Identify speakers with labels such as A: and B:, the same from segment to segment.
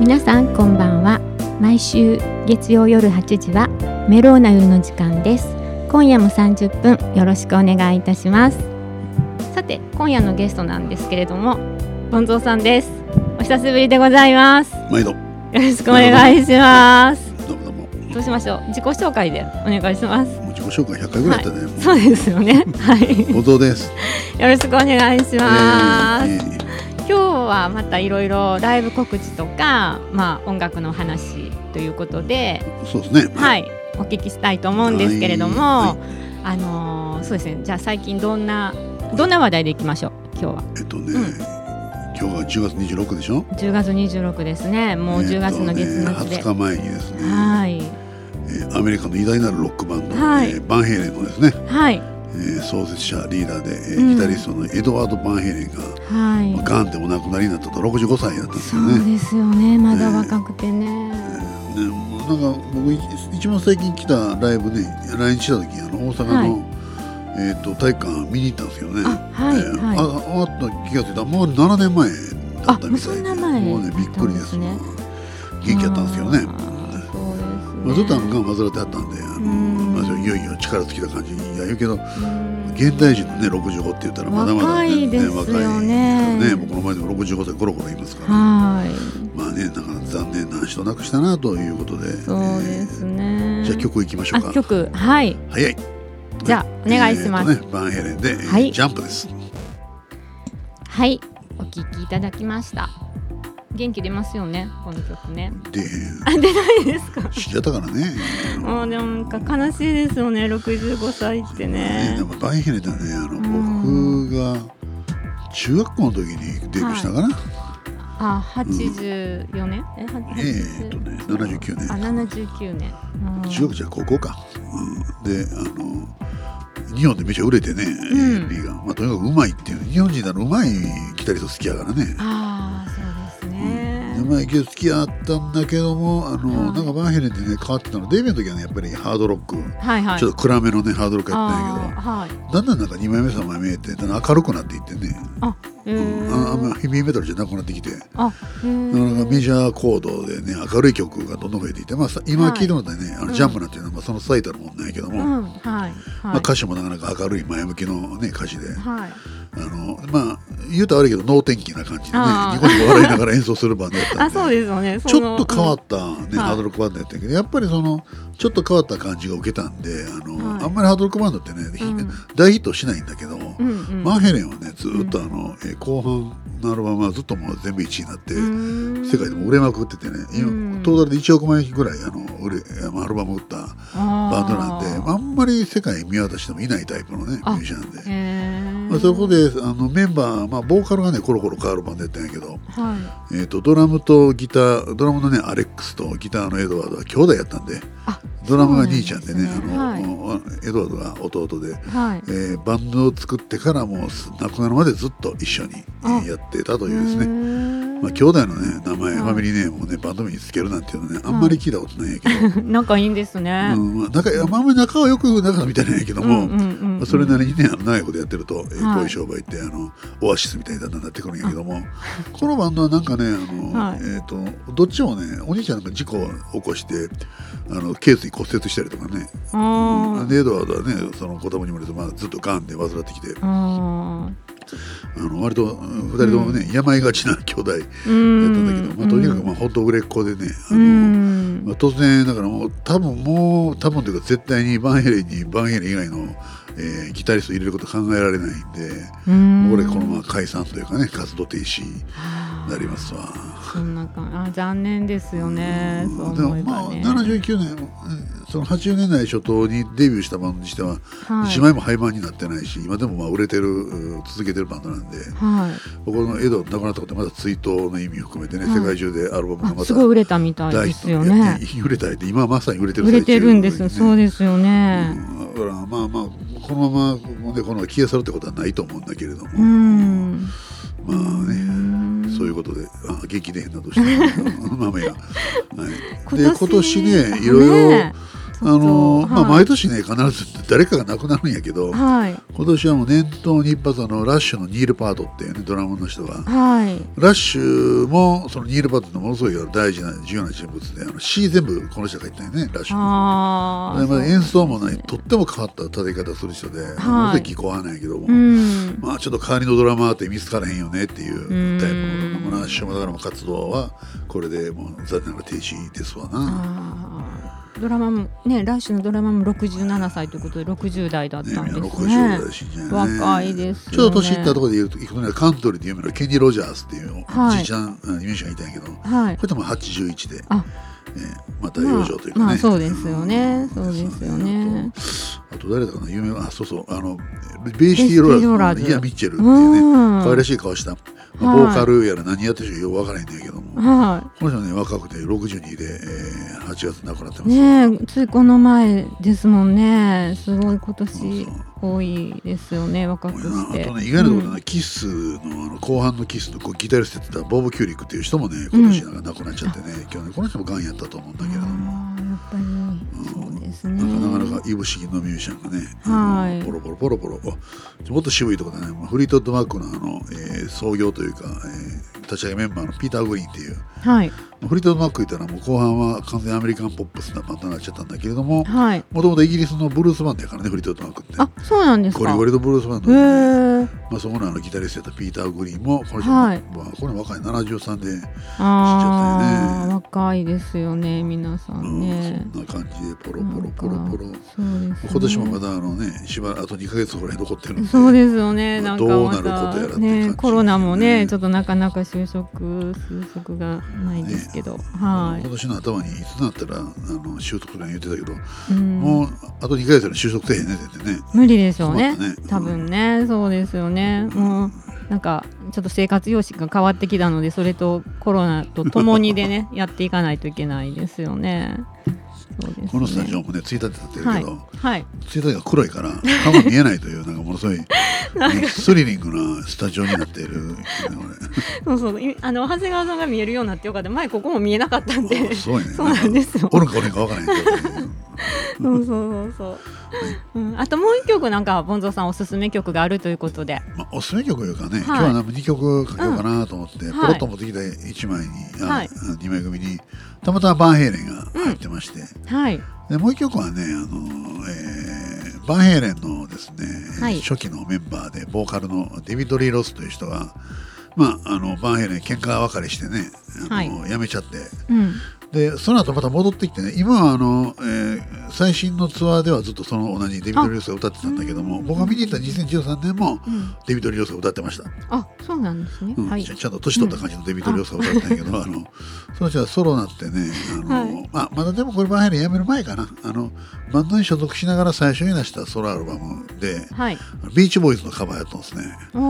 A: 皆さんこんばんは毎週月曜夜8時はメローな夜の時間です今夜も30分よろしくお願いいたしますさて今夜のゲストなんですけれどもボンゾーさんですお久しぶりでございますよ
B: 毎度ど
A: ろしくお願いします
B: うもどうも
A: どうしましょう自己紹介でお願いします
B: もう自己紹介100回ぐらいだったね、も
A: そうですよねは
B: う
A: い
B: 冒頭です
A: よろしくお願いします
B: えーえー
A: 今日はまたいろいろライブ告知とか、まあ、音楽の話ということで、
B: えーそうですね
A: はい、お聞きしたいと思うんですけれども、
B: は
A: あのーそうですねじゃあ最近どんなどんな話題でいきましょう今日は
B: えっとね、
A: うん
B: 今日が10月26でしょ
A: 10月26ですねもう10月の月
B: えっと
A: 末
B: ね
A: で、
B: 20日前にですね、
A: はい
B: えーアメリカの偉大なるロックバンド、
A: はい
B: えーバンヘイレンのですね、
A: はい
B: えー創設者リーダーで、えー
A: うん
B: ギタリストのエドワード・バンヘイレンが、
A: はい、
B: まあ、ガンでお亡くなりになったと65歳だったんです
A: そ
B: よ
A: う
B: ね
A: ですよねまだ若くてね、
B: ねもうなんか僕い一番最近来たライブね来日した時あの大阪の、えー、と体育館見に行ったんですけどね
A: あはい
B: えー
A: はい
B: あああった気がついたもう7年前だっ
A: あ
B: たみたいで
A: もうそんな前
B: もうねびっくりです
A: だったん
B: 元気やったんですけどね
A: あーそ
B: まあ、ず
A: う
B: っとあ
A: です
B: の
A: ね
B: がん患ってあったんであの、
A: うん
B: まあ、いよいよ力尽きた感じにや言うけど
A: うん
B: 現代人のね65って言ったらまだまだ全然
A: 若い
B: 若
A: で
B: い
A: すよね
B: ね僕の前でも65歳ゴロゴロいますから、
A: はい
B: まあねなんか残念な人なくしたなということで
A: そうです
B: え
A: ね
B: ーじゃあ曲いきましょう
A: あ
B: か
A: 曲はい
B: 早い
A: じゃあお願いします
B: えーとね、バンヘレンで、えー
A: はい
B: ジャンプです
A: はい、お聞きいただきました。元気出ますよね、この曲ね。
B: で
A: あ、出ないです か。
B: 死んじゃったからね
A: もうでもなんか悲しいですよね、65歳って
B: ね
A: ね
B: で。もバンヘレンってねあの、
A: ん
B: 僕が中学校の時にデビューしたかな、
A: あ、84年？え、
B: えーっとね79年
A: あ、79年。うん
B: 中学じゃ高校か、うん、であの日本でめちゃ売れてね、
A: うん
B: AFP が、まあ、とにかくうまいっていう日本人なのうまいギタリスト好きやからね
A: ああ、そうです
B: う
A: ね。
B: まいけど好きやったんだけどもあ
A: は
B: の
A: い
B: なんかバンヘレンってね変わってたのデビューの時はねやっぱりハードロック、
A: はいはい。
B: ちょっ
A: と
B: と暗めのねハードロックやったんやけど
A: はい。
B: だんだんなんか2枚目3枚目ってだんだん明るくなっていってね、
A: あ、え
B: うん、ああんまヘビーメタルじゃなくなってきてな
A: あ、
B: かな
A: な
B: かメジャーコードでね明るい曲がどんどん増えていって、まあ、さ今
A: はい
B: 聴いてもらったね、あ
A: う
B: の
A: ん
B: ジャンプなんていうのはまあその最たるもんなんやけど
A: う
B: も、ま
A: ん、はい
B: あ、
A: は
B: 歌詞もなかなか明るい前向きの、ね、歌詞で
A: い。はい。
B: あのまあ言うと悪いけど能天気な感じでね
A: あー
B: ニコニコ笑いながら演奏するバンドやった
A: あ、
B: んで
A: そうですよね。
B: ちょっと変わ
A: っ
B: った、ね
A: はい
B: ハードロックバンドやったけどやっぱりそのちょっと変わった感じが受けたんであの、
A: はい
B: あんまりハードロックバンドってね、ひ
A: うん
B: 大ヒットしないんだけど、
A: うんうん。
B: マーヘレンはねずーっとあの、えー後半のアルバムはずっともう全部1位になって、
A: 世
B: 世界でも売れまくっててね今、
A: うん
B: トータルで1億枚ぐらいあの売れあのアルバム売ったバ
A: バ
B: ンドなんであんまり世界見渡してもいないタイプのねミュ
A: あ
B: ージシャンで。
A: へ
B: まあ、そこであのメンバー、まあ、ボーカルがねコロコロ変わるバンドやったんやけど、
A: はい
B: えー、とドラムとギタードラムのねアレックスとギターのエドワードは兄弟やったんで
A: あ
B: ドラムが兄ちゃんでね
A: そうな
B: あ
A: んですね
B: の、エドワードが弟で、
A: はい
B: えーバンドを作ってからもうす亡くなるまでずっと一緒にえ
A: あ
B: ーやってたというですね
A: ね
B: まあ、兄弟のね名前、
A: はい
B: ファミリーネームをねバンド名につけるなんていうのねあんまり聞いたことないんや けど、
A: 仲いいんですね
B: うんまあ、仲あんまり仲はよく仲みたいなんやけど
A: うん
B: も、
A: うんうんうん
B: まあそれなりにねあの長いことやってると、えー
A: はい
B: こういう商売ってあのオアシスみたいにだんだんなってくるんやけどもこのバンドはなんかねあの、
A: はい
B: えー、とどっちもねお兄ちゃんなんか事故を起こしてあの頸椎骨折したりとかね
A: あー
B: でエドワードはねその子供にもれて、まあ、ずっと癌で患ってきて
A: あ
B: あの割とうん二人ともね、病がちな兄弟やった
A: ーうん
B: んだけど、まあ、とにかくまあ本当売れっ子でねあの、
A: うん
B: まあ、突然だからもう多分もう多分というか絶対にバンヘレンにバンヘレン以外の、えーギタリスト入れること考えられないんで、
A: うん
B: これこのまま解散というかね活動停止に
A: は
B: なりますわ。
A: あそんな感じあ残念ですよね
B: うん
A: そう
B: でも
A: 思え
B: ま
A: ば
B: あ
A: ね
B: 79年うんその80年代初頭にデビューしたバンドにしては
A: はい
B: 一枚も廃盤になってないし、今でもまあ売れてるうん続けてるバンドなんで
A: はい
B: このエド亡くなったことでまだ追悼の意味を含めてね、
A: はい
B: 世界中でアルバムが
A: あ
B: ますた
A: ごい売れたみたい
B: 大
A: で
B: ヒ
A: す
B: ット
A: よ
B: になっ
A: ね
B: て売れたいって今まさに売れてる
A: 売れてるんです
B: 最中
A: そうですよね
B: うんだからまあまあこのままでこの消え去るってことはないと思うんだけれども、
A: うん
B: まあねそういうことであ元気出へんなとしてまあまあいいやはい、で今年ねいろいろ
A: ね
B: あのまあ、毎年ね必ず誰かが亡くなるんやけど、
A: はい
B: 今年はもう年頭に一発あのラッシュのニール・パートっていうねドラムの人が
A: はい
B: ラッシュもそのニール・パートってものすごい大事な重要な人物であの C 全部この人が書いてたよねラッシュの。
A: ああ
B: でまあ、演奏もないとっても変わった立て方する人で、
A: い
B: ものすごい気候派なんやけども、
A: うん
B: まあ、ちょっと代わりのドラマーって見つからへんよねっていうタイプのドラ
A: うん
B: マーラッシュもだからもう活動はこれでもう残念ながら停止ですわな。
A: あードラマもねラッシュのドラマも67歳ということで60代だっ
B: ね、
A: たん
B: みんな
A: です
B: 60代
A: ね
B: だしね
A: 若いですよね
B: ちょっと年いったところで言うと行くのはカントリーで有名なケンディ・ロジャースっていう
A: はい
B: じいちゃん、うんミュージシャンがいたんやけどこ
A: はい
B: れでも81で、
A: あ
B: えーまあ、大養生というかね、
A: まあそうですよね
B: ん
A: そうですよね
B: あとあと誰だかな有名なあそうそうあのベイシティ・ロー
A: ベ
B: ラーズ
A: イシティローラーズ
B: のイアン・ミッチェルっていうね
A: うん
B: 可愛らしい顔した、まあ
A: はい
B: ボーカルやら何やってる人かよくわからへんねんけども、
A: は
B: この人ね若くて62で、えー、8月亡くなって
A: い
B: ます、
A: ねえついこの前ですもんねすごい今年
B: そう
A: 多いですよね若く
B: あ
A: して
B: とね意外なこと
A: う
B: だ
A: ん
B: な、キスのあの後半のキスのこうギタリストやってたボブ・キューリックっていう人もね今年なんか亡くなっちゃってね、去年この人もがんやったと思うんだけれども、
A: あーやっぱりそうですね
B: なんかなかなかいぶし銀のミュージシャンがね、
A: はい
B: あのポロポロポロポロあもっと渋いとこだねフリートウッド・マックのあの、えー創業というか、えー立ち上げメンバーのピーター・グリーンっていう
A: はい
B: フリートウッド・マック言ったらもう後半は完全にアメリカンポップスなバンドになっちゃったんだけれども
A: はい
B: もともとイギリスのブルースバンドやからねフリートウッド・マックって
A: あそうなんですか
B: ゴリゴリのブルースバンド
A: へ
B: でね
A: え
B: まあ、そこのあのギタリストやったピーター・グリーンもこの人も、
A: はい
B: まあ、これ若い73で、
A: あ
B: 知っちゃったよ
A: あ、
B: ね
A: 若いですよね皆さ
B: うん
A: んね。
B: そんな感じでポロポロポロポロ、
A: なんかそうですね
B: 今年もまだあのねしばらくあと2か月ぐらい残ってるんで
A: そうですよね。
B: ま
A: な
B: あ
A: んかま
B: どうなることやらっ
A: た
B: て感じです
A: ね
B: ね
A: コロナもね
B: ね
A: ちょっとなかなか就職就職がないですけど、は
B: 今年の頭にいつになったらあの就職なん言ってたけど、
A: い。うん
B: もうあと2か月で就職せえへんねってね
A: 無理でしょうね
B: 困ったね
A: 多分ねそうですよねもうなんかちょっと生活様式が変わってきたのでそれとコロナとともにで ねやっていかないといけないですよねそうですね
B: このスタジオもね1日立ってる
A: は
B: け
A: い
B: ど、
A: はい
B: 1日が黒いから顔が見えないというなんかものすごい、ねスリリングなスタジオになってい る、ね、
A: そうそう、いあの長谷川さんが見えるようになってよかった、前ここも見えなかったん
B: これ
A: で。
B: あすごいね
A: そうなんですよ
B: おるんかおるんか分からないけど、
A: そうそうそうそう。うん、あともう一曲なんか、ボンゾーさんおすすめ曲があるということで。
B: まあ、おすすめ曲いうかね、
A: い
B: 今日はなんか2曲かけようかなと思って、
A: ん
B: ポロッと持ってきた1枚に、あ
A: はい
B: 2枚組にたまたまバンヘイレンが入ってまして、
A: はい。
B: でもう1曲はね、あのえーバンヘイレンのですね、
A: はい
B: 初期のメンバーでボーカルのデビッド・リー・ロスという人が、まあ、あのバンヘイレン喧嘩別れしてね、あの辞めちゃって。
A: うん。
B: でその後また戻ってきてね今はあの、えー最新のツアーではずっとその同じデビッド・リロスが歌ってたんだけども僕が見に行った2013年も
A: うん。
B: デビッド・リロスが歌ってました、
A: あ、そうなんですね。
B: うん
A: はい
B: ち。ゃちゃんと年取った感じのデビッド・リロスが歌ってたんだけど、あのその人はソロになってねあの、
A: はい
B: まあ、まだでもこれバンヘイレン辞める前かなあのバンドに所属しながら最初に出したソロアルバムで
A: はい。
B: ビーチボーイズのカバーやったんですね。
A: お
B: ね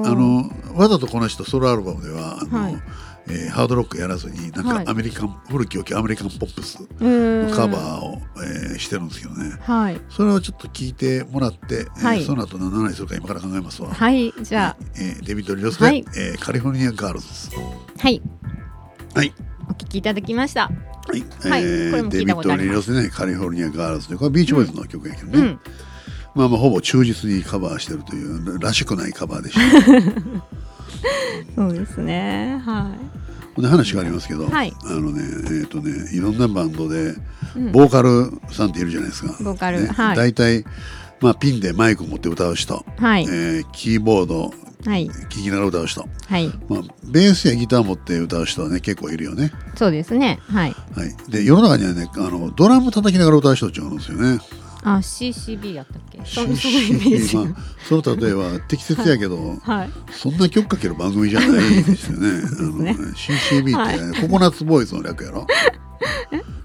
A: お。
B: あ。のわざとこの人ソロアルバムではあの、
A: はい
B: えーハードロックやらずになん
A: はい
B: かアメリカン、古き良きアメリカンポップスのカバーを、えーしてるんですけどね
A: ー。はい。
B: それをちょっと聞いてもらって、えー
A: はい
B: その後の何にするか今から考えますわ、
A: はい、じゃ
B: えーデビッド・リロスで、
A: はい
B: えーカリフォルニア・ガールズです
A: あ、はい、
B: はい
A: お聞きいただきました。
B: はい、
A: はい
B: えー
A: これも
B: デ
A: 聞い
B: ビ
A: た
B: ッ
A: こと
B: ド・
A: あり
B: リ
A: ます
B: ロスでねカリフォルニア・ガールズでこれはビーチボーイズの曲やけどね、
A: うん、
B: まあまあほぼ忠実にカバーしてるというらしくないカバー でした。
A: そうですね。は
B: で話がありますけど、
A: はい
B: あのねえっ、とねいろんなバンドで
A: い。うん、
B: ボーカルさんっているじゃないですか。
A: ボーカル
B: ね
A: はい
B: 大体、まあ、ピンでマイク持って歌う人、
A: はい
B: え、ーキーボード
A: はい、
B: 聴きながら歌う人、
A: はい、
B: まあ、ベースやギター持って歌う人はね結構いるよね。
A: そうですね。はい。
B: はい、で世の中にはねあのドラム叩きながら歌う人っていうのがいるんですよね。
A: あ、CCB やったっけ？そそのイメージが。
B: まあ、その例えば適切やけど、
A: はい。
B: そんな曲かける番組じゃないですよね。あのね CCB って、ココナッツボーイズの 略やろ。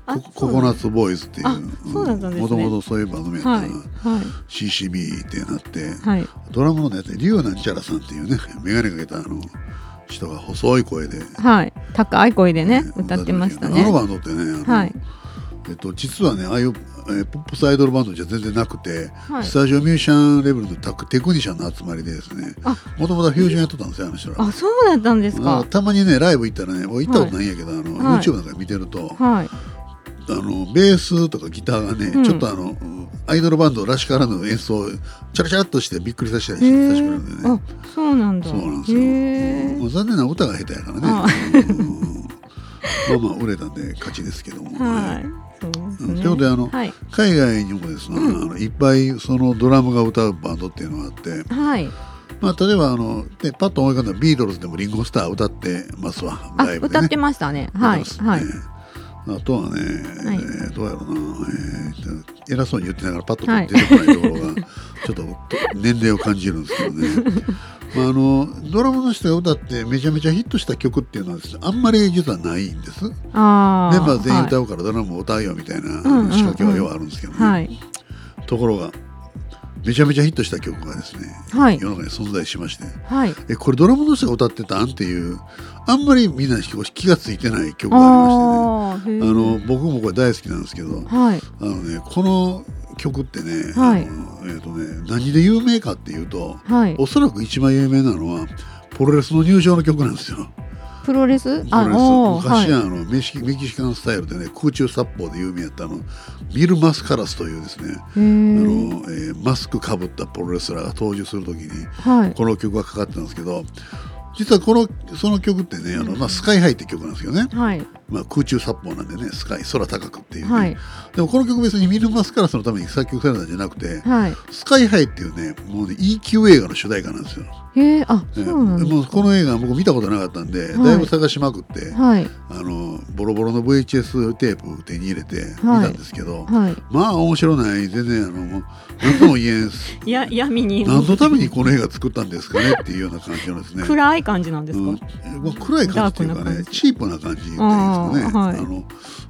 A: あ
B: コココナッツボーイズっていう
A: あそうだったんですね
B: もともとそういう番組やったら、
A: はい。は
B: CCB ってなって、
A: い。はい。
B: ドラムのねリュウなんちゃらさんっていうね眼鏡かけたあの人が細い声で、
A: はい。高い声でね
B: ね、
A: 歌ってました
B: あの
A: ね。
B: バンドってねあの、
A: はい。
B: えっと、実はねああいう、えーポップスアイドルバンドじゃ全然なくて、
A: はい
B: ス。タジオミュージシャンレベルのタクテクニシャンの集まりでですね
A: あ
B: もともとフュージョンやってたんですよあの人ら。
A: あ、そうだったんです
B: あの
A: か。
B: たまにねライブ行ったらねもう行ったことないんやけど、あの
A: はい
B: YouTube なんか見てると、
A: はい。
B: あのベースとかギターがね、
A: うん
B: ちょっとあのアイドルバンドらしからぬ演奏をチャラチャラっとしてびっくりさせたりして久しぶりなんでね
A: あ、そうなんだ。
B: そうなんですよ
A: へー
B: もう残念な歌が下手やからね
A: あ
B: うんまあまあ売れたんで勝ちですけども、ね
A: はい。そうです
B: うん
A: ね。
B: ということであの
A: はい。
B: 海外にもですね、
A: うん
B: あのいっぱいそのドラムが歌うバンドっていうのがあって、
A: はい。
B: まあ、例えばあの、ね、パッと思い浮かんだらビートルズでもリンゴスター歌ってますわ
A: あ、
B: ライブで
A: 歌
B: ね
A: ってましたね。はい。
B: ですね
A: はい。
B: あとはね、
A: はい
B: えーどうやろうな、えー偉そうに言ってながらパッと出てこないところが、ちょっと年齢を感じるんですけど ね。まあ、あのドラムの人が歌ってめちゃめちゃヒットした曲っていうのはですねあんまり実はないんですメン
A: ああ。
B: バー全員歌
A: は
B: うからドラムも歌うよみたいな
A: うんうんうん
B: 仕掛けはようあるんですけどね、
A: い。はい。
B: ところがめちゃめちゃヒットした曲がですね
A: はい。
B: 世の中に存在しまして
A: はい。
B: えこれドラムの人が歌ってたんっていうあんまりみんな気がついてない曲がありましてね
A: ああー。へー
B: あの。僕もこれ大好きなんですけど
A: はい。
B: あの、ね、この曲ってね,、
A: はい
B: あのえーとね何で有名かっていうと
A: はい。
B: おそらく一番有名なのはプロレスの入場の曲なんですよ。
A: プロレス。
B: プ
A: あ
B: ロレス
A: おー
B: 昔
A: はい。
B: はあの、メキシメキシカンスタイルでね空中殺法で有名やったあのビル・マスカラスというです
A: へ
B: ね、あ
A: ー
B: のえーマスクかぶったプロレスラーが登場する時に
A: はい。
B: この曲がかかってたんですけど実はこのその曲ってねあの、まあ、スカイハイって曲なんですけどね、
A: はい。
B: まあ、空中殺法なんでねスカイ空高くっていうね、
A: はい。
B: でもこの曲別にミル・マスカラスのために作曲されたんじゃなくて、
A: はい。
B: スカイハイっていうね、もうね、E 級映画の主題歌なんですよ。
A: へえ。あ、
B: ええ
A: そうなんだ。
B: もうこの映画僕見たことなかったんで、
A: はい
B: だいぶ探しまくって、
A: はい。
B: あの、ボロボロの VHS テープ手に入れて見
A: はい
B: たんですけど、
A: はい。
B: まあ面白ない、全然あの、もう何とも言えんす。
A: いや、闇に
B: 何のためにこの映画作ったんですかねっていうような感じのですね。
A: 暗い感じなんで
B: うんまあ、暗い感じという
A: ダークな
B: か
A: 感
B: ね
A: じ
B: チープな感じっていうんですかね
A: あ
B: あ,、
A: ーはい
B: の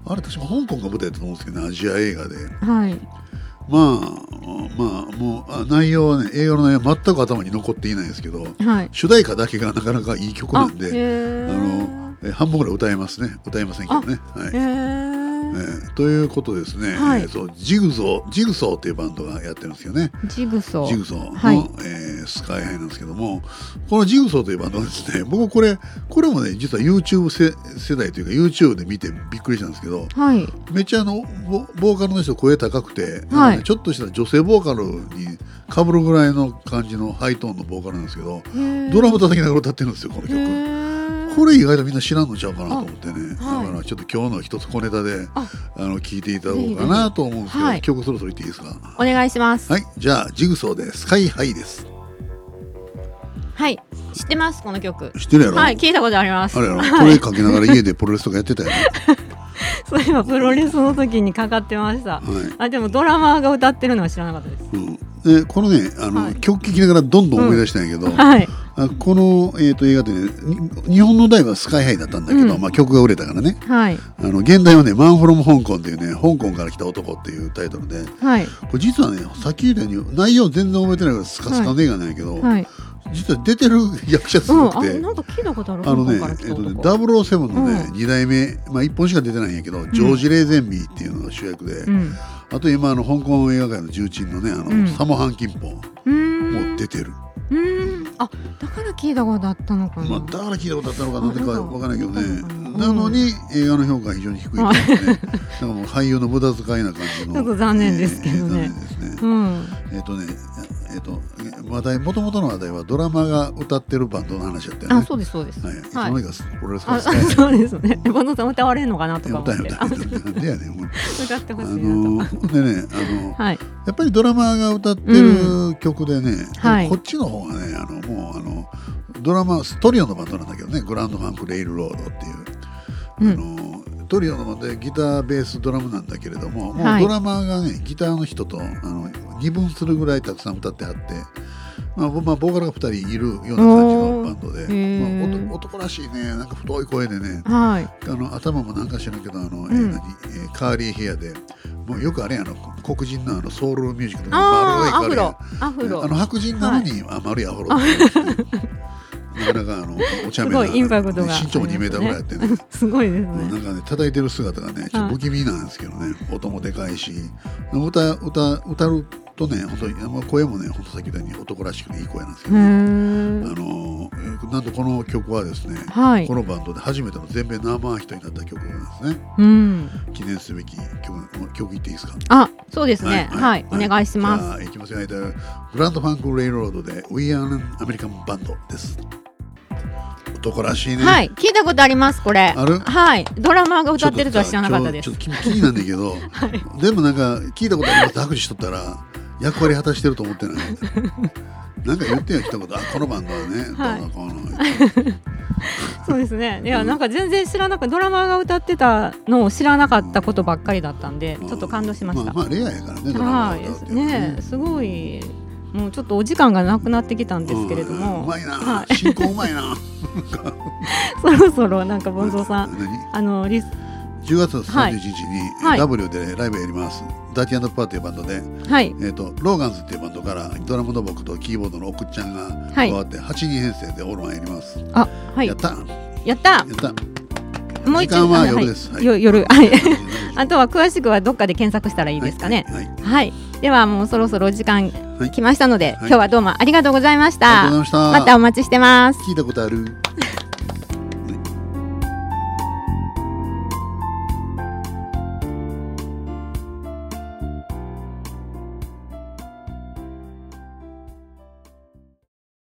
B: あれ確か香港が舞台だと思うんですけどねアジア映画で
A: はい。
B: まあまあもうあ内容はね映画の内容は全く頭に残っていないですけど
A: はい。
B: 主題歌だけがなかなかいい曲なんで
A: で
B: あのえ半分ぐらい歌えますね歌えませんけどね。はい
A: へ
B: え
A: え。
B: ーということでですね、
A: はい
B: えーそうジグゾージグソーっていうバンドがやってるんですよね
A: ジグソー。
B: ジグソーの、
A: はい
B: えースカイハイなんですけどもこのジグソーというバンドはですね 僕これこれもね実は YouTube 世世代というか YouTube で見てびっくりしたんですけど
A: はい。
B: めっちゃあのボボーカルの人声高くて、
A: はい
B: なんかねちょっとした女性ボーカルにかぶるぐらいの感じのハイトーンのボーカルなんですけどドラム叩きながら歌ってるんですよこ
A: へ
B: の曲。
A: ー
B: これ意外とみんな知らんのちゃうかなと思ってね、
A: あはい
B: だからちょっと今日の一つ小ネタであ
A: あ
B: の聞いていただこうかなと思うんです
A: ぜひぜ
B: けど、
A: ひはい
B: 曲そろそろいっていいですかは
A: お願いします。
B: いじゃあジグソーでスカイハイです
A: はい。知ってますこの曲。
B: 知ってるやろ、
A: はい、聞いたことあります
B: あ。れやろこれかけながら家でプロレスとかやってたや
A: そういえばプロレスの時にかかってました。
B: ろ、はい
A: あ、でもドラマーが歌ってるのは知らなかったです。
B: うん、でこのねあの、
A: はい
B: 曲聴きながらどんどん思い出したんやけど、
A: はい。
B: あこの、えー、と映画でねに日本の題はスカイハイだったんだけど、
A: うん
B: まあ、曲が売れたからね
A: はい。
B: あの現代はね「マンフロム香港」っていうね香港から来た男っていうタイトルで
A: はい。
B: これ実はねさっき言ったように内容全然覚えてないからスカスカの映画なんやけど、
A: はい。
B: 実は出てる役者す
A: うん。
B: ご
A: あ、
B: くて。
A: なんか聞いたことある。
B: あのね
A: 香港から来
B: え
A: た
B: ーとね
A: 男
B: 007のね、
A: う
B: 2代目、まあ、1本しか出てないんやけどジョージ・レーゼンビーっていうのが主役で、
A: うん。
B: あと今あの香港映画界の重鎮のねあの、
A: うん
B: サモ・ハン・キンポンも
A: うーん。
B: 出てる、
A: うーん。あ、だから聞いたことあったのか
B: まあ、
A: な。
B: だから聞いたことあったのかなんでか
A: あ
B: わからないけど
A: なん
B: ね
A: かうん
B: なのに映画の評価が非常に低いというねなんかもう俳優の無駄遣いな感じの
A: ちょっと残念ですけどね
B: えー残念ですね
A: うん。
B: えっ、とねえっ、と話題元々の話題はドラマが歌ってるバンドの話だったよ
A: あ、
B: ね
A: そうですそうです。
B: はい、いつ
A: はい
B: の間にかプロレス
A: あ、あ
B: が好 き
A: そうですね。ボンドさん 歌われるのかなとか思
B: 歌
A: っ
B: よ
A: て。
B: 歌よなんでやね んもう
A: 歌ってほ
B: あ
A: しいな
B: のでねあの、
A: と。はい。
B: やっぱりドラマーが歌って
A: う
B: る曲でね、
A: はい
B: こっちの方がねあのもうあのドラマトリオのバンドなんだけどね「グランドファンク・レイル・ロード」っていう、
A: うん
B: あのトリオのバンドでギターベースドラムなんだけれどもも
A: は
B: う
A: い
B: ドラマーがねギターの人とあの二分するぐらいたくさん歌ってあって。まあ、ぼまあボーカルが2人いるような感じのバンドで
A: おーへ、
B: まあ
A: ー、
B: 男男らしいねなんか太い声でね
A: はい。
B: あの頭もなんか知らんけどあの、
A: ん
B: えー何えーカーリーヘアでもうよくあれあの黒人のあのソウルミュージックと
A: ああ、ア
B: 丸
A: フ
B: いカーリー
A: ロ。アフロ
B: あの。白人なのに、あ丸いアフロっていうねなかなかあのお茶目な
A: すごいインパクトが
B: 身長も2メーターぐらいあってね
A: すごいです
B: もうな
A: ね。
B: んかね叩いてる姿がねちょっと不気味なんですけどね、音もでかいし歌歌歌るとね本当にあんま声もね本当さっき言ったように男らしくていい声なんですけ
A: へ
B: ど、ね
A: ー
B: あの曲なんとこの曲はですね、
A: はい
B: このバンドで初めての全米ナンバーヒットになった曲なんですね
A: うん
B: 記念すべき曲もう曲言っていいですか
A: あそうですねはい、お願いします
B: じゃあいきますよグランドファンクレイロードで We are an American Band です男らしいね、
A: はい聞いたことありますこれ
B: ある
A: はいドラマーが歌ってるとは知らなかったで
B: ち
A: す
B: ょっとさ今日ちょっと気になんだけど、でもなんか聞いたことあります拍手しとったら役割果たしてると思ってないなんか言ってよ一言あこのバンドはね、
A: はい
B: どうのこうの
A: そうですねいやなんか全然知らなかったドラマーが歌ってたのを知らなかったことばっかりだったんでちょっと感動しました
B: まあ、まあレアやからねドラマ
A: は
B: の歌って
A: い、
B: いうのは
A: ね、すごい、もうちょっとお時間がなくなってきたんですけれど
B: うんう
A: も
B: ま、いな、
A: は
B: 進行うまいな
A: そろそろなんかボンゾーさん、
B: 何
A: あのリス、
B: 10月
A: は
B: 31
A: い
B: 日に、
A: はい
B: W でライブやりますダーティーパーというバンドで、
A: はい、
B: えー、とローガンズっていうバンドからドラムの僕とキーボードの奥っちゃんが
A: はい
B: 加わって8人編成でオールマンやります、
A: あ、はい
B: やっ、たやっ
A: やった、
B: た
A: もう
B: 時
A: 一度
B: 間は
A: あの
B: 夜です、
A: は、
B: はいい
A: よ夜、はい、 あ
B: あ
A: とは詳しくはどっかで検索したらいいですかね。
B: はい、はいはい
A: はい、ではもうそろそろお時間
B: はい
A: 来ましたので、
B: い
A: 今日はどうもありがとうございまし
B: ありが
A: た。
B: とうございました
A: またお待ちしてます。
B: 聞いたことある